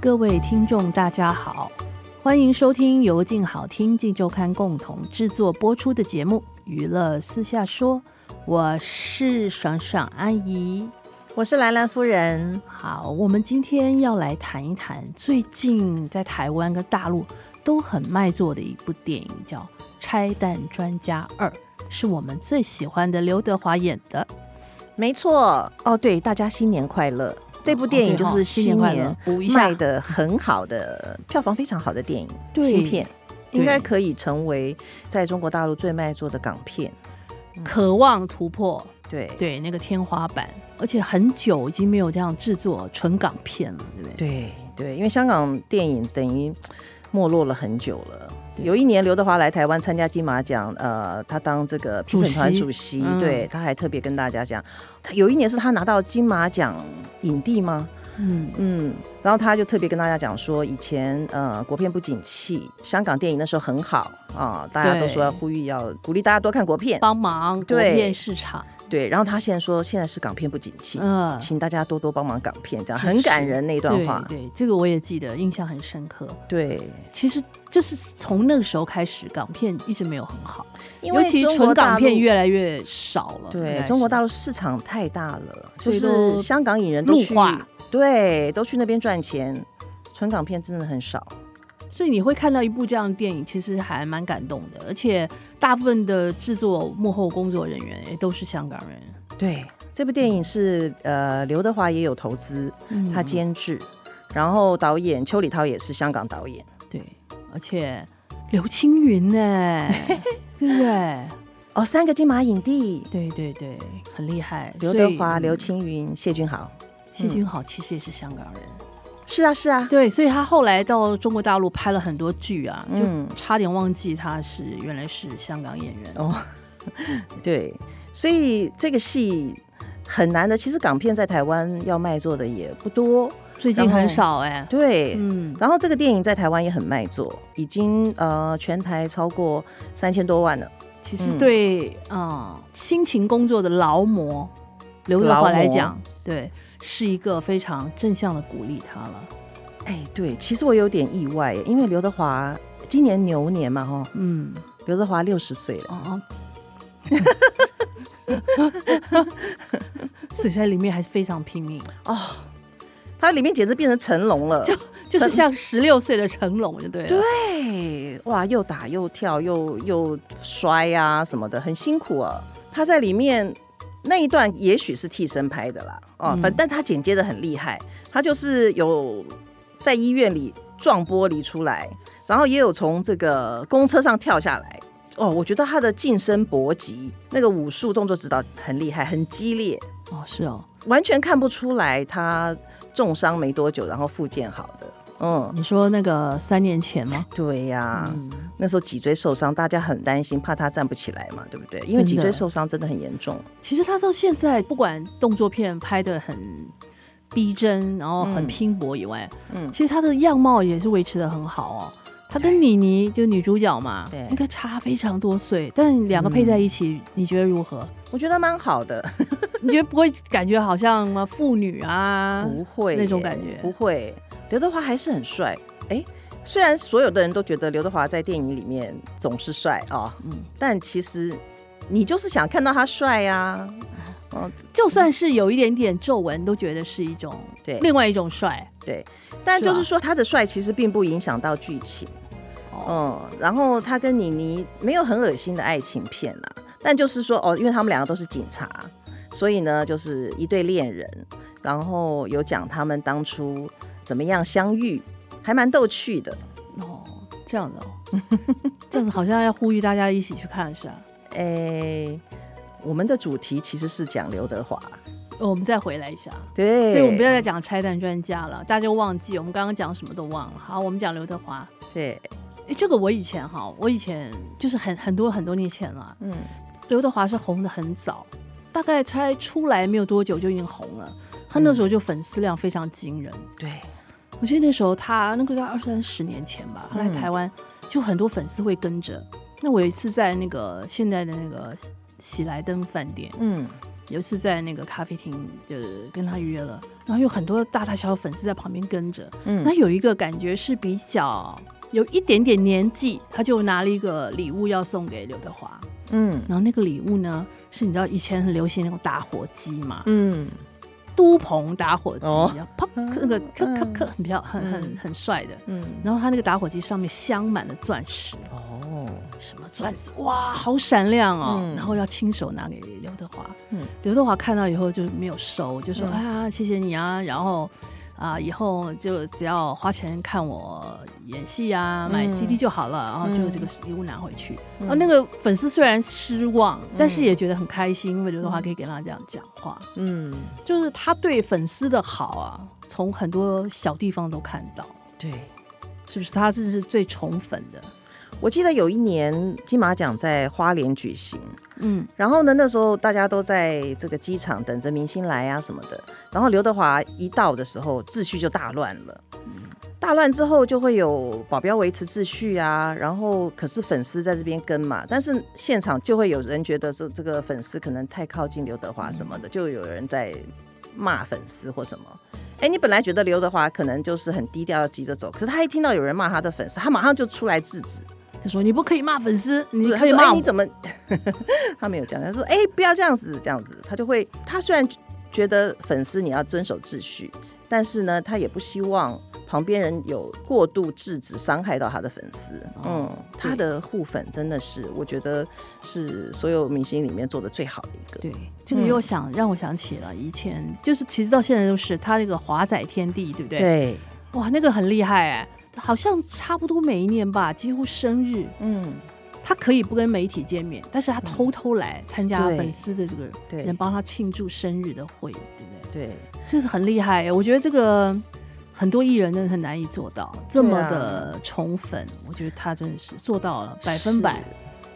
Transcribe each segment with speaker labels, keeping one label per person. Speaker 1: 各位听众，大家好，欢迎收听由静好听、静周刊共同制作播出的节目《娱乐私下说》，我是爽爽阿姨。
Speaker 2: 我是兰兰夫人。
Speaker 1: 好，我们今天要来谈一谈最近在台湾跟大陆都很卖座的一部电影，叫《拆弹专家二》，是我们最喜欢的刘德华演的。
Speaker 2: 没错，哦，对，大家新年快乐！这部电影就
Speaker 1: 哦对
Speaker 2: 是
Speaker 1: 哦新年快乐，补一下
Speaker 2: 卖。的很好的，票房非常好的电影，
Speaker 1: 对
Speaker 2: 新片
Speaker 1: 对
Speaker 2: 应该可以成为在中国大陆最卖座的港片。
Speaker 1: 渴望突破，
Speaker 2: 对
Speaker 1: 对那个天花板，而且很久已经没有这样制作纯港片了，对不对？
Speaker 2: 对对，因为香港电影等于没落了很久了。
Speaker 1: 对
Speaker 2: 有一年，刘德华来台湾参加金马奖，呃，他当这个评审团
Speaker 1: 主席
Speaker 2: 主席，
Speaker 1: 嗯
Speaker 2: 对，他还特别跟大家讲，有一年是他拿到金马奖影帝吗？
Speaker 1: 嗯，
Speaker 2: 嗯，然后他就特别跟大家讲说，以前呃国片不景气，香港电影那时候很好啊、大家都说要呼吁要鼓励大家多看国片，
Speaker 1: 帮忙国
Speaker 2: 对
Speaker 1: 片市场，
Speaker 2: 对。然后他现在说现在是港片不景气，
Speaker 1: 嗯，
Speaker 2: 请大家多多帮忙港片，这样
Speaker 1: 支
Speaker 2: 很感
Speaker 1: 持
Speaker 2: 人那段
Speaker 1: 对
Speaker 2: 话，
Speaker 1: 对，这个我也记得，印象很深刻。
Speaker 2: 对，
Speaker 1: 其实就是从那个时候开始，港片一直没有很好。
Speaker 2: 因
Speaker 1: 尤
Speaker 2: 为
Speaker 1: 其
Speaker 2: 中
Speaker 1: 纯
Speaker 2: 国大
Speaker 1: 港片
Speaker 2: 陆
Speaker 1: 越来越少了。
Speaker 2: 对中国大
Speaker 1: 陆
Speaker 2: 陆市场太大了，
Speaker 1: 所
Speaker 2: 就
Speaker 1: 以都
Speaker 2: 是香港影人都
Speaker 1: 路
Speaker 2: 去，
Speaker 1: 化，
Speaker 2: 对，都去那边赚钱，纯港片真的很少。
Speaker 1: 所以你会看到一部这样的电影，其实还蛮感动的。而且大部分的制作幕后工作人员也都是香港人，
Speaker 2: 对，这部电影是呃刘德华也有投资，
Speaker 1: 嗯
Speaker 2: 他监制，然后导演邱礼涛也是香港导演，
Speaker 1: 对，而且刘青云呢、 对不对？
Speaker 2: 哦，三个金马影帝，
Speaker 1: 对对对，很厉害。
Speaker 2: 刘
Speaker 1: 所
Speaker 2: 德
Speaker 1: 以嗯
Speaker 2: 华、刘、青嗯云、谢君豪，
Speaker 1: 谢君豪其实也是香港人。
Speaker 2: 是啊是啊，
Speaker 1: 对，所以他后来到中国大陆拍了很多剧啊，
Speaker 2: 嗯
Speaker 1: 就差点忘记他是原来是香港演员。
Speaker 2: 哦，对，所以这个戏很难的，其实港片在台湾要卖座的也不多，
Speaker 1: 最近
Speaker 2: 然后
Speaker 1: 很少哎、
Speaker 2: 对。
Speaker 1: 嗯，
Speaker 2: 然后这个电影在台湾也很卖座，已经呃全台超过三千多万了。
Speaker 1: 其实
Speaker 2: 嗯
Speaker 1: 对嗯辛勤工作的劳模刘德华来
Speaker 2: 劳
Speaker 1: 讲，对，是一个非常正向的鼓励他了。
Speaker 2: 哎，对，其实我有点意外耶，因为刘德华今年牛年嘛，哈，
Speaker 1: 嗯，
Speaker 2: 刘德华六十岁了，
Speaker 1: 哦哦， 所以在里面还是非常拼命，
Speaker 2: 他里面简直变成成龙了，
Speaker 1: 就是
Speaker 2: 成
Speaker 1: 像十六岁的成龙就对了。
Speaker 2: 对，哇，又打又跳又又摔啊什么的，很辛苦啊。他在里面那一段也许是替身拍的啦，哦，
Speaker 1: 嗯
Speaker 2: 反但他剪接的很厉害，他就是有在医院里撞玻璃出来，然后也有从这个公车上跳下来。哦，我觉得他的近身搏击那个武术动作指导很厉害，很激烈，
Speaker 1: 哦，是哦，
Speaker 2: 完全看不出来他重伤没多久，然后复健好的。嗯，
Speaker 1: 你说那个三年前吗？
Speaker 2: 对呀、
Speaker 1: 嗯，
Speaker 2: 那时候脊椎受伤，大家很担心，怕他站不起来嘛，对不对？因为
Speaker 1: 真的
Speaker 2: 脊椎受伤真的很严重。
Speaker 1: 其实他到现在不管动作片拍的很逼真，然后很
Speaker 2: 嗯
Speaker 1: 拼搏以外，
Speaker 2: 嗯
Speaker 1: 其实他的样貌也是维持的很好哦。他跟妮妮就女主角嘛，
Speaker 2: 对嗯
Speaker 1: 应该差非常多岁，但两个配在一起，你觉得如 何？
Speaker 2: 我觉得蛮好的，
Speaker 1: 你觉得不会感觉好像呃父女啊？
Speaker 2: 不会耶
Speaker 1: 那种感觉
Speaker 2: 不会。刘德华还是很帅，哎，虽然所有的人都觉得刘德华在电影里面总是帅啊、
Speaker 1: 嗯
Speaker 2: 但其实你就是想看到他帅呀、啊，嗯、
Speaker 1: 就算是有一点点皱纹，都觉得是一种
Speaker 2: 对
Speaker 1: 另外一种帅。
Speaker 2: 但就是是
Speaker 1: 吧
Speaker 2: 说他的帅其实并不影响到剧情。
Speaker 1: 哦，
Speaker 2: 嗯，然后他跟妮妮没有很恶心的爱情片啦，但就是说哦，因为他们两个都是警察，所以呢，就是一对恋人，然后有讲他们当初怎么样相遇，还蛮逗趣的。
Speaker 1: 哦，这样的哦， 这样子好像要呼吁大家一起去看是吧？
Speaker 2: 诶，我们的主题其实是讲刘德华，
Speaker 1: 哦我们再回来一下。
Speaker 2: 对，
Speaker 1: 所以我们不要再讲拆弹专家了，大家就忘记我们刚刚讲什么都忘了。好，我们讲刘德华。
Speaker 2: 对，
Speaker 1: 哎，这个我以前哈，我以前就是很很多很多年前了。
Speaker 2: 嗯，
Speaker 1: 刘德华是红的很早，大概才出来没有多久就已经红了。他那时
Speaker 2: 嗯
Speaker 1: 候就粉丝量非常惊人。
Speaker 2: 对，
Speaker 1: 我记得那时候他那个在二三十年前吧，他来
Speaker 2: 嗯
Speaker 1: 台湾、就很多粉丝会跟着。那我有一次在那个现在的那个喜来登饭店，
Speaker 2: 嗯，
Speaker 1: 有一次在那个咖啡厅，就是跟他约了，然后有很多大大小小粉丝在旁边跟着。
Speaker 2: 嗯
Speaker 1: 那有一个感觉是比较有一点点年纪，他就拿了一个礼物要送给刘德华。
Speaker 2: 嗯，
Speaker 1: 然后那个礼物呢，是你知道以前很流行那种打火机嘛，
Speaker 2: 嗯，
Speaker 1: 都鹏打火机，
Speaker 2: 哦
Speaker 1: 啪，那个咔咔
Speaker 2: 嗯
Speaker 1: 咔，很漂很很
Speaker 2: 嗯
Speaker 1: 很帅的。
Speaker 2: 嗯，
Speaker 1: 然后他那个打火机上面镶满了钻石，
Speaker 2: 哦，
Speaker 1: 什么钻石哇，好闪亮哦！
Speaker 2: 嗯
Speaker 1: 然后要亲手拿给刘德华
Speaker 2: 嗯，
Speaker 1: 刘、德华看到以后就没有收，就说、
Speaker 2: 嗯
Speaker 1: 啊谢谢你啊，然后啊以后就只要花钱看我演戏啊，买
Speaker 2: 嗯
Speaker 1: CD 就好了，然后就
Speaker 2: 嗯
Speaker 1: 这个礼物拿回去。
Speaker 2: 嗯
Speaker 1: 啊，那个粉丝虽然失望，但是也觉得很开心，因为刘德华可以跟他这样讲话，
Speaker 2: 嗯，
Speaker 1: 就是他对粉丝的好啊，从很多小地方都看到，
Speaker 2: 对。
Speaker 1: 是不是？他这是最宠粉的，
Speaker 2: 我记得有一年金马奖在花莲举行，
Speaker 1: 嗯，
Speaker 2: 然后呢，那时候大家都在这个机场等着明星来啊什么的。然后刘德华一到的时候，秩序就大乱了。大乱之后就会有保镖维持秩序啊，然后可是粉丝在这边跟嘛，但是现场就会有人觉得这这个粉丝可能太靠近刘德华什么的，就有人在骂粉丝或什么。哎，你本来觉得刘德华可能就是很低调要急着走，可是他一听到有人骂他的粉丝，他马上就出来制止。
Speaker 1: 他说你不可以骂粉丝，你
Speaker 2: 对
Speaker 1: 可以
Speaker 2: 他说
Speaker 1: 骂
Speaker 2: 哎
Speaker 1: 我
Speaker 2: 你。怎么？ 他没有讲，他说：“哎、不要这样子，这样子。”他就会，他虽然觉得粉丝你要遵守秩序，但是呢，他也不希望旁边人有过度制止伤害到他的粉丝。
Speaker 1: 哦
Speaker 2: 嗯，他的护粉真的是，我觉得是所有明星里面做的最好的一个。
Speaker 1: 对，这
Speaker 2: 嗯
Speaker 1: 个又想、让我想起了以前，就是其实到现在都是他那个华仔天地，对不对？，
Speaker 2: 对，
Speaker 1: 哇，那个很厉害哎、好像差不多每一年吧，几乎生日
Speaker 2: 嗯，
Speaker 1: 他可以不跟媒体见面，但是他偷偷来参加
Speaker 2: 对
Speaker 1: 粉丝的这个
Speaker 2: 对
Speaker 1: 人帮他庆祝生日的会，对不对？
Speaker 2: 对，
Speaker 1: 这是很厉害、欸，我觉得这个很多艺人真的很难以做到这么
Speaker 2: 啊
Speaker 1: 的宠粉，我觉得他真的是做到了百分百。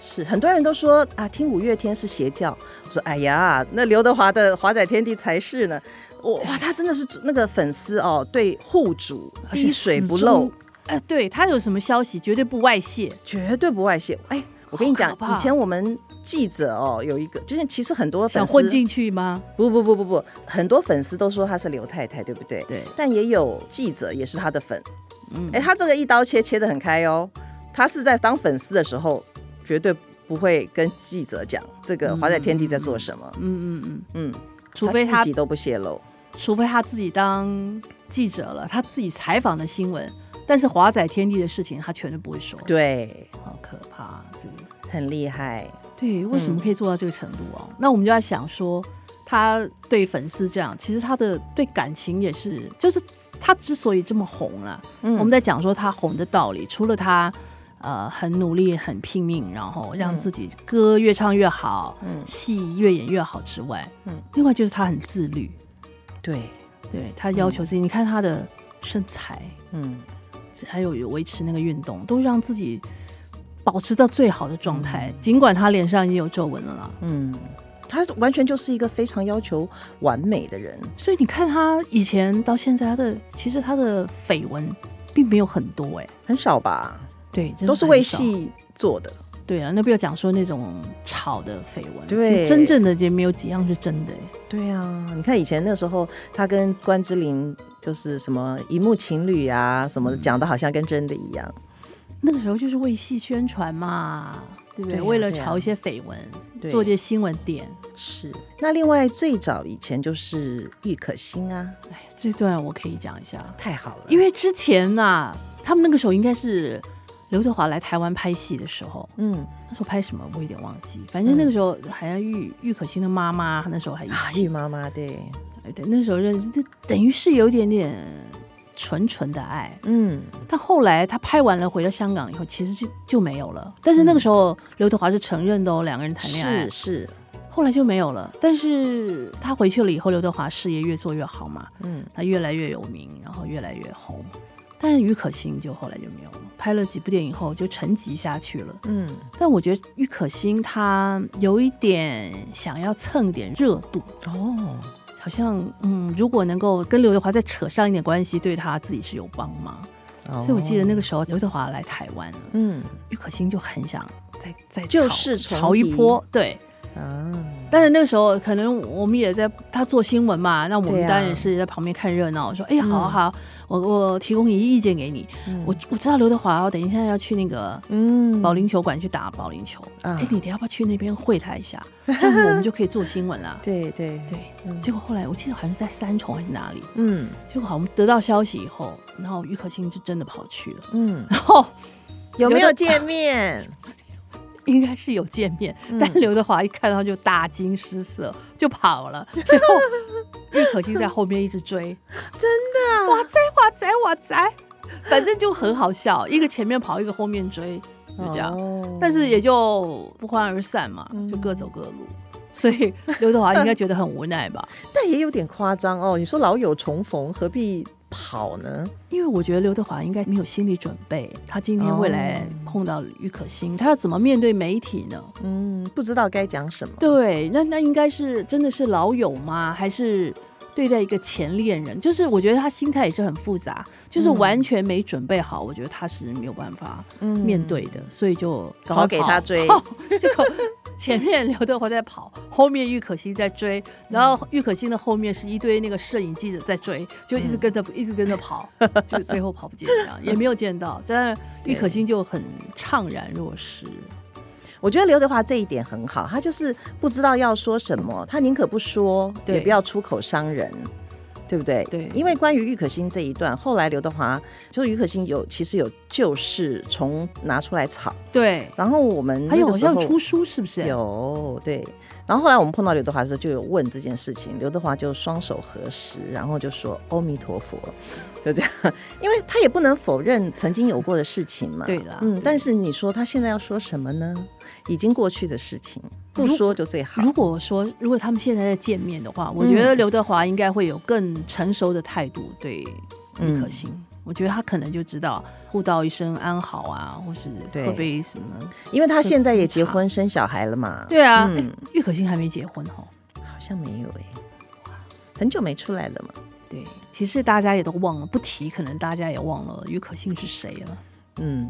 Speaker 2: 是很多人都说啊，听五月天是邪教。我说哎呀，那刘德华的华仔天地才是呢。我哇，他真的是那个粉丝哦，对护主
Speaker 1: 而且
Speaker 2: 滴水不
Speaker 1: 始
Speaker 2: 漏
Speaker 1: 终，。哎、对他有什么消息绝对不外泄，
Speaker 2: 绝对不外泄。哎，我跟你讲
Speaker 1: 好可，怕
Speaker 2: 以前我们记者哦有一个，就是其实很多粉
Speaker 1: 想
Speaker 2: 丝
Speaker 1: 混进去吗？
Speaker 2: 不不不不不，很多粉丝都说她是刘太太，对不对？
Speaker 1: 对
Speaker 2: 但也有记者也是她的粉，
Speaker 1: 嗯
Speaker 2: 嗯，哎，她这个一刀切切的很开哦。她是在当粉丝的时候，绝对不会跟记者讲这个华仔天地在做什么，
Speaker 1: 嗯嗯嗯，
Speaker 2: 嗯，
Speaker 1: 除非他
Speaker 2: 自己都不泄露，
Speaker 1: 除非他自己当记者了，他自己采访的新闻，但是华仔天地的事情他全都不会说。，
Speaker 2: 对，
Speaker 1: 好可怕，啊这个嗯
Speaker 2: 很厉害，
Speaker 1: 对，为什么可以做到这个程度哦？那我们就在想说，他对粉丝这样，其实他的对感情也是，就是他之所以这么红啊，我们在讲说他红的道理，除了他。呃，很努力，很拼命，然后让自己歌越唱越好，
Speaker 2: 嗯
Speaker 1: 戏越演越好之外，
Speaker 2: 嗯
Speaker 1: 另外就是他很自律，
Speaker 2: 对，
Speaker 1: 对他要求自己，你看他的身材，
Speaker 2: 嗯，
Speaker 1: 还有有维持那个运动，都让自己保持到最好的状态。尽管他脸上已经有皱纹了啦，
Speaker 2: 嗯，他完全就是一个非常要求完美的人，
Speaker 1: 所以你看他以前到现在，他的其实他的绯闻并没有很多哎、
Speaker 2: 很少吧，
Speaker 1: 对，真的
Speaker 2: 都是
Speaker 1: 很
Speaker 2: 为
Speaker 1: 少。
Speaker 2: 戏做的，
Speaker 1: 对啊，那不要讲说那种炒的绯闻，
Speaker 2: 对
Speaker 1: 其实真正的也没有几样是真的、哎
Speaker 2: 对啊，你看以前那时候他跟关之琳就是什么一幕情侣啊什么的，
Speaker 1: 嗯
Speaker 2: 讲的好像跟真的一样，
Speaker 1: 那个时候就是为戏宣传嘛，对不对？
Speaker 2: 对啊
Speaker 1: 为了
Speaker 2: 对啊
Speaker 1: 炒一些绯闻，
Speaker 2: 对
Speaker 1: 做一些新闻点。
Speaker 2: 是。那另外最早以前就是郁可欣啊，
Speaker 1: 哎，这段我可以讲一下。
Speaker 2: 太好了，
Speaker 1: 因为之前呐、他们那个时候应该是刘德华来台湾拍戏的时候，
Speaker 2: 嗯，
Speaker 1: 那时候拍什么我有点忘记，反正那个时候好像郁郁可欣的妈妈那时候还一
Speaker 2: 啊
Speaker 1: 起，
Speaker 2: 郁妈妈对，
Speaker 1: 哎对，那时候认识，就等于是有一点点纯纯的爱。
Speaker 2: 嗯
Speaker 1: 但后来他拍完了回到香港以后，其实就就没有了。但是那个时候刘德华是承认的哦，两个人谈恋爱
Speaker 2: 是。是，
Speaker 1: 后来就没有了。但是他回去了以后，刘德华事业越做越好嘛，
Speaker 2: 嗯，
Speaker 1: 他越来越有名，然后越来越红。但是郁可欣就后来就没有了，拍了几部电影后就沉寂下去了。
Speaker 2: 嗯，
Speaker 1: 但我觉得郁可欣她有一点想要蹭点热度，
Speaker 2: 哦，
Speaker 1: 好像嗯，如果能够跟刘德华再扯上一点关系，对她自己是有帮忙。所以我记得那个时候刘德华来台湾了，
Speaker 2: 哦嗯
Speaker 1: 郁可欣就很想再再
Speaker 2: 旧
Speaker 1: 炒
Speaker 2: 事重
Speaker 1: 炒一
Speaker 2: 提
Speaker 1: 波，嗯对。
Speaker 2: 啊，
Speaker 1: 但是那个时候可能我们也在他做新闻嘛，那我
Speaker 2: 对
Speaker 1: 们
Speaker 2: 啊嗯
Speaker 1: 当然是在旁边看热闹，说哎好啊好啊，我我提供一意见给你，我我知道刘德华，我等一下要去那个
Speaker 2: 嗯
Speaker 1: 保龄球馆去打保龄球，哎、
Speaker 2: 啊。
Speaker 1: 你等要不要去那边会他一下，这样我们就可以做新闻啦
Speaker 2: 对 对，
Speaker 1: 对，
Speaker 2: 嗯
Speaker 1: 结果后来我记得好像是在三重还是哪里，
Speaker 2: 嗯
Speaker 1: 结果好像得到消息以后，然后郁可欣就真的跑去了，
Speaker 2: 嗯，
Speaker 1: 然后
Speaker 2: 有没
Speaker 1: 有
Speaker 2: 有
Speaker 1: 的
Speaker 2: 见面？
Speaker 1: 应该是有见面，但刘德华一看到就大惊失色，就跑了。最后郁可欣在后面一直 追，
Speaker 2: 真的 啊
Speaker 1: 哇塞哇塞哇塞，反正就很好笑，一个前面跑，一个后面追，就这样。
Speaker 2: 哦
Speaker 1: 但是也就不欢而散嘛，就各走各路。所以刘德华应该觉得很无奈吧，
Speaker 2: 但也有点夸张哦。你说老友重逢，何必跑呢？
Speaker 1: 因为我觉得刘德华应该没有心理准备，他今天未来碰到郁可欣，他要怎么面对媒体呢？
Speaker 2: 嗯，不知道该讲什么。
Speaker 1: 对，那那应该是真的是老友吗？还是对待一个前恋人？就是我觉得他心态也是很复杂，就是完全没准备好，我觉得他是没有办法
Speaker 2: 嗯
Speaker 1: 面对的，所以就赶
Speaker 2: 跑
Speaker 1: 快
Speaker 2: 给他追
Speaker 1: 跑结果前面刘德华在跑，后面郁可欣在追，然后郁可欣的后面是一堆那个摄影记者在追，就
Speaker 2: 嗯
Speaker 1: 一直跟着、一直跟着 跑，就最后跑不见这样，也没有见到，但是郁可欣就很怅然若失。
Speaker 2: 我觉得刘德华这一点很好，他就是不知道要说什么，他宁可不说，
Speaker 1: 对
Speaker 2: 也不要出口伤人。对不对？
Speaker 1: 对
Speaker 2: 因为关于郁可欣这一段，后来刘德华就是郁可欣有其实有旧事重拿出来炒，
Speaker 1: 对，
Speaker 2: 然后我们
Speaker 1: 还有
Speaker 2: 那
Speaker 1: 好
Speaker 2: 个时候
Speaker 1: 像出啊书是不是？
Speaker 2: 有对，然后后来我们碰到刘德华的时候，就有问这件事情，刘德华就双手合十，然后就说“阿弥陀佛”，就这样，因为他也不能否认曾经有过的事情嘛。
Speaker 1: 对啦
Speaker 2: 嗯
Speaker 1: 啊对，
Speaker 2: 但是你说他现在要说什么呢？已经过去的事情，不
Speaker 1: 如
Speaker 2: 说就最好。嗯
Speaker 1: 如果说如果他们现在在见面的话，我觉得刘德华应该会有更成熟的态度对
Speaker 2: 嗯
Speaker 1: 郁可欣。我觉得他可能就知道互道一声安好啊，或是
Speaker 2: 对
Speaker 1: 会被什么？
Speaker 2: 因为他现在也结婚生小孩了嘛。，
Speaker 1: 对啊，哎
Speaker 2: 嗯
Speaker 1: 郁、可欣还没结婚哦。
Speaker 2: 好像没有哎、很久没出来了嘛。
Speaker 1: 对，其实大家也都忘了，不提可能大家也忘了郁可欣是谁了。
Speaker 2: 嗯，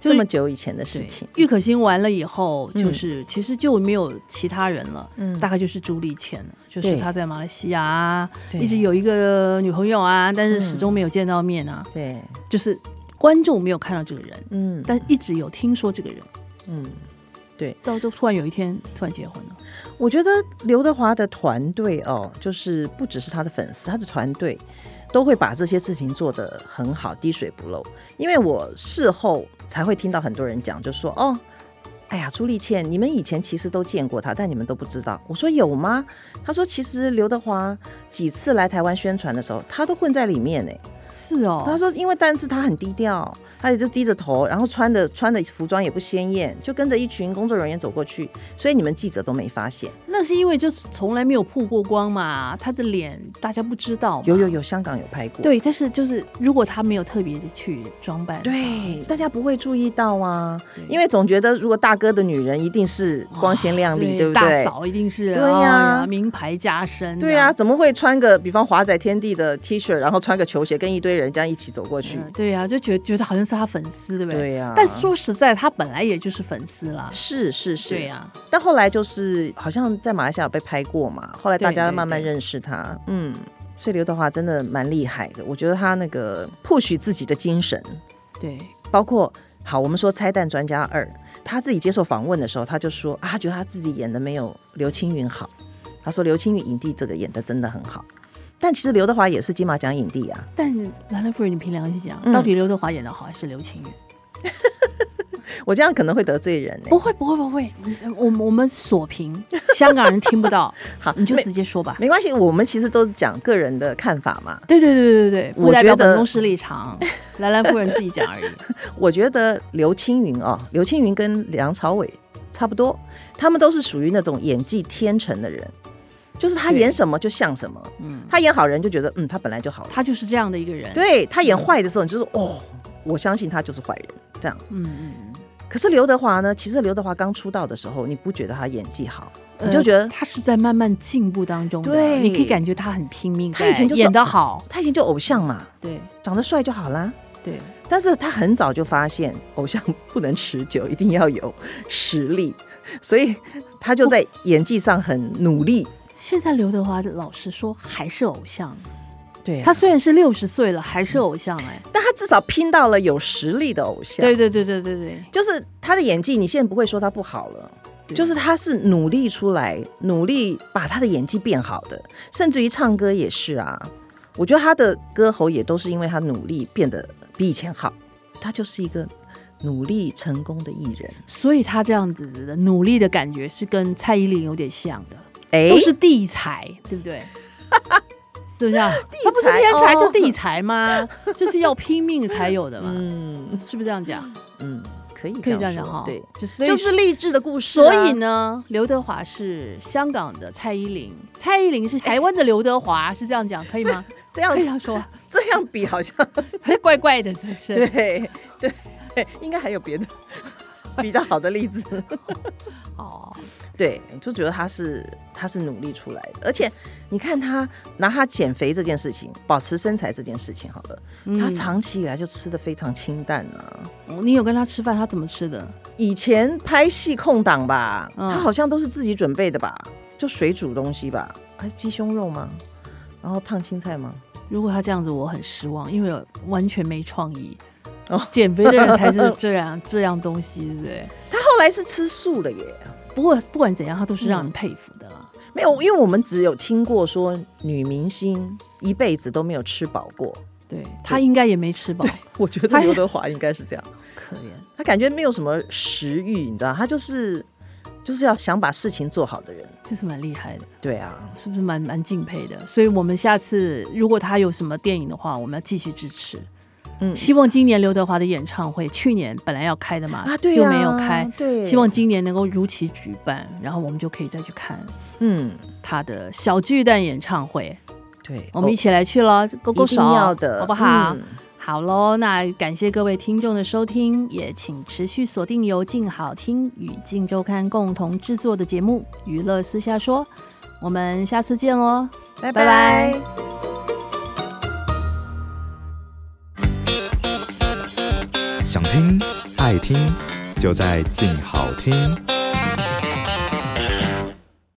Speaker 1: 就是
Speaker 2: 这么久以前的事
Speaker 1: 对
Speaker 2: 情，。
Speaker 1: 郁可欣完了以后，
Speaker 2: 嗯
Speaker 1: 就是、其实就没有其他人了，
Speaker 2: 嗯
Speaker 1: 大概就是朱丽倩了，就是
Speaker 2: 对
Speaker 1: 她在马来西亚啊，
Speaker 2: 对
Speaker 1: 一直有一个女朋友啊，但是始
Speaker 2: 嗯
Speaker 1: 终没有见到面啊。
Speaker 2: 对，
Speaker 1: 就是观众没有看到这个人，
Speaker 2: 嗯
Speaker 1: 但一直有听说这个人，
Speaker 2: 嗯。
Speaker 1: 到就突然有一天突然结婚了。
Speaker 2: 我觉得刘德华的团队哦，就是不只是他的粉丝，他的团队都会把这些事情做得很好，滴水不漏。因为我事后才会听到很多人讲，就说哦。哎呀，朱丽倩，你们以前其实都见过她，但你们都不知道。我说有吗？他说其实刘德华几次来台湾宣传的时候，他都混在里面呢、欸
Speaker 1: 是哦，
Speaker 2: 他说，因为但是他很低调，他也就低着头，然后穿的穿的服装也不鲜艳，就跟着一群工作人员走过去，所以你们记者都没发现。
Speaker 1: 那是因为就是从来没有曝过光嘛，他的脸大家不知道嘛。
Speaker 2: 有有。有，香港有拍过。
Speaker 1: 对，但是就是如果他没有特别的去装扮，
Speaker 2: 对，大家不会注意到啊
Speaker 1: 对，
Speaker 2: 因为总觉得如果大哥的女人一定是光鲜亮丽，对不
Speaker 1: 大
Speaker 2: 对？
Speaker 1: 嫂一定是
Speaker 2: 对
Speaker 1: 哎
Speaker 2: 呀
Speaker 1: 名牌加身。
Speaker 2: 对啊，，怎么会穿个比方华仔天地的 T 恤，然后穿个球鞋，跟一堆人这样一起走过去？
Speaker 1: 嗯对呀，就觉觉得好像是他粉丝，对不对？
Speaker 2: 对啊呀
Speaker 1: 但说实在，他本来也就是粉丝啦。
Speaker 2: 是是是，
Speaker 1: 对啊呀，
Speaker 2: 但后来就是好像在马来西亚有被拍过嘛，后来大
Speaker 1: 对
Speaker 2: 家
Speaker 1: 对
Speaker 2: 慢慢
Speaker 1: 对
Speaker 2: 认识他，嗯，所以刘德华真的蛮厉害的，我觉得他那个 push 自己的精神，
Speaker 1: 对，
Speaker 2: 包括好，我们说《拆弹专家二》，他自己接受访问的时候，他就说啊，他觉得他自己演的没有刘青云好。他说刘青云影帝这个演的真的很好，但其实刘德华也是金马奖影帝啊。
Speaker 1: 但兰兰夫人，你凭良心讲，
Speaker 2: 嗯
Speaker 1: 到底刘德华演的好还是刘青云？
Speaker 2: 我这样可能会得罪人呢、
Speaker 1: 不会不会不会，你呃我们我们锁屏，香港人听不 到，
Speaker 2: 好，
Speaker 1: 你就
Speaker 2: 没
Speaker 1: 直接说吧。
Speaker 2: 没关系，我们其实都是讲个人的看法嘛。
Speaker 1: 对对对对对，不
Speaker 2: 我
Speaker 1: 代表
Speaker 2: 觉得
Speaker 1: 本公司立 场，兰兰夫人自己讲而已。
Speaker 2: 我觉得刘青云哦，刘青云跟梁朝伟差不多，他们都是属于那种演技天成的人，就是他
Speaker 1: 对
Speaker 2: 演什么就像什么。嗯，他演好人就觉得，嗯，他本来就好人。
Speaker 1: 他就是这样的一个人。，
Speaker 2: 对他演坏的时候，你就说，哦，我相信他就是坏人。这样，
Speaker 1: 嗯嗯，
Speaker 2: 可是刘德华呢？其实刘德华刚出道的时候，你不觉得他演技好，
Speaker 1: 呃
Speaker 2: 你就觉得
Speaker 1: 他是在慢慢进步当中的，
Speaker 2: 对
Speaker 1: 你可以感觉他很拼命在，
Speaker 2: 他以前就是
Speaker 1: 演得好，
Speaker 2: 他以前就偶像嘛，
Speaker 1: 对
Speaker 2: 长得帅就好啦。
Speaker 1: 对，
Speaker 2: 但是他很早就发现偶像不能持久，一定要有实力，所以他就在演技上很努力。
Speaker 1: 现在刘德华老实说还是偶像，
Speaker 2: 对
Speaker 1: 他
Speaker 2: 他
Speaker 1: 虽然是六十岁了，还是偶像哎、
Speaker 2: 但他至少拼到了有实力的偶像。
Speaker 1: 对，对对对对对，
Speaker 2: 就是他的演技，你现在不会说他不好了。
Speaker 1: 对
Speaker 2: 就是他是努力出来，努力把他的演技变好的，甚至于唱歌也是啊。我觉得他的歌喉也都是因为他努力变得比以前好，他就是一个努力成功的艺人。
Speaker 1: 所以他这样子的努力的感觉是跟蔡依林有点像的，
Speaker 2: 哎
Speaker 1: 都是地才，对不对？ 是不是啊？他不是天才哦就地才 吗？就是要拼命才有的嘛，
Speaker 2: 嗯
Speaker 1: 是不是这样讲？
Speaker 2: 嗯，可以
Speaker 1: 可以这样
Speaker 2: 说
Speaker 1: 讲哈。
Speaker 2: 对，
Speaker 1: 就所以
Speaker 2: 就是励志的故事啊、
Speaker 1: 所以呢，刘德华是香港的蔡依林，蔡依林是台湾的刘德华，是这样讲可以吗？
Speaker 2: 这样
Speaker 1: 可以 这
Speaker 2: 子
Speaker 1: 样说吧，
Speaker 2: 这样比好像
Speaker 1: 还是怪怪的，是不是？
Speaker 2: 对对，应该还有别的比较好的例子。
Speaker 1: 哦，
Speaker 2: 对，就觉得他是他是努力出来的，而且你看他拿他减肥这件事情，保持身材这件事情好了，
Speaker 1: 嗯
Speaker 2: 他长期以来就吃的非常清淡啊。
Speaker 1: 哦你有跟他吃饭，他怎么吃的？
Speaker 2: 以前拍戏空档吧，
Speaker 1: 嗯
Speaker 2: 他好像都是自己准备的吧，就水煮东西吧，还鸡胸肉吗？然后烫青菜吗？
Speaker 1: 如果他这样子，我很失望，因为我完全没创意。
Speaker 2: 哦
Speaker 1: 减肥的人才是这样这样东西，对不 对？
Speaker 2: 他后来是吃素了耶。
Speaker 1: 不过不管怎样，他都是让人佩服的啦。
Speaker 2: 没有，因为我们只有听过说女明星一辈子都没有吃饱过。
Speaker 1: 对他应该也没吃饱，
Speaker 2: 我 觉
Speaker 1: 她
Speaker 2: 得刘德华应该是这样，
Speaker 1: 可怜。
Speaker 2: 他感觉没有什么食欲，你知道，他就是就是要想把事情做好的人。
Speaker 1: 这是蛮厉害的，
Speaker 2: 对啊，
Speaker 1: 是不是蛮蛮敬佩的？所以，我们下次如果他有什么电影的话，我们要继续支持。
Speaker 2: 嗯
Speaker 1: 希望今年刘德华的演唱会，去年本来要开的嘛，
Speaker 2: 啊对啊，
Speaker 1: 就没有开。
Speaker 2: 对，
Speaker 1: 希望今年能够如期举办，然后我们就可以再去看
Speaker 2: 嗯，
Speaker 1: 他的小巨蛋演唱会。
Speaker 2: 对，
Speaker 1: 我们
Speaker 2: 哦
Speaker 1: 一起来去了，勾勾
Speaker 2: 一
Speaker 1: 手，
Speaker 2: 定要的，
Speaker 1: 好不好？
Speaker 2: 嗯
Speaker 1: 好喽，那感谢各位听众的收听，也请持续锁定由静好听与静周刊共同制作的节目《娱乐私下说》，我们下次见哦。
Speaker 2: 拜
Speaker 1: 拜
Speaker 2: 拜。
Speaker 3: 想听爱听，就在静好听。